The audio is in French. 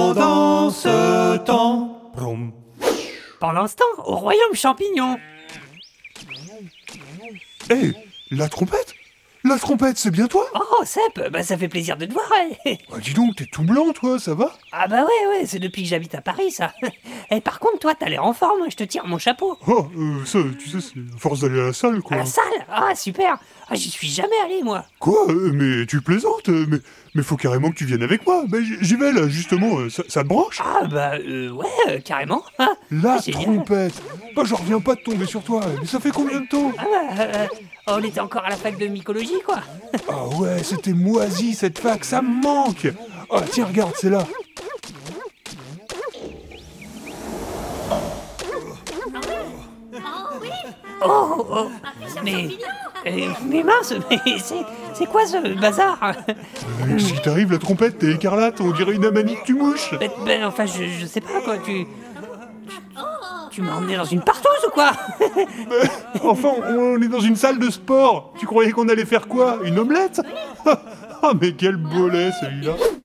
Pendant ce temps, Pendant ce temps, au royaume champignon. Hé, Eh, la trompette La trompette, c'est bien toi Oh, Sep, bah, ça fait plaisir de te voir. ouais. Bah, Dis donc, t'es tout blanc, toi, ça va ah bah ouais, ouais, c'est depuis que j'habite à Paris, ça. Et par contre, toi, t'as l'air en forme, hein, je te tire mon chapeau. Oh, euh, ça, tu sais, c'est à force d'aller à la salle, À quoi. la salle Ah, super Ah, j'y suis jamais allé, moi. Quoi Euh, Mais tu plaisantes euh, Mais, mais faut carrément que tu viennes avec moi. Mais j- j'y vais, là, justement, euh, ça, ça te branche Ah bah, euh, ouais, euh, carrément. Ah, La ah, génial. trompette Bah, j'en reviens pas de tomber sur toi, mais ça fait combien de temps Ah bah, euh, on était encore à la fac de mycologie, quoi. Ah ouais, c'était moisi, cette fac, ça me manque Ah, tiens, regarde, c'est là Oh, oh, mais... euh, mais mince, mais c'est, c'est quoi ce bazar Mais Qu'est-ce qui t'arrive, la trompette T'es écarlate, on dirait une amanite tu mouches ben, ben, enfin, je, je sais pas, quoi, tu... tu- Tu m'as emmené dans une partouze ou quoi Enfin, on est dans une salle de sport Tu croyais qu'on allait faire quoi Une omelette Ah, mais quel bolet, celui-là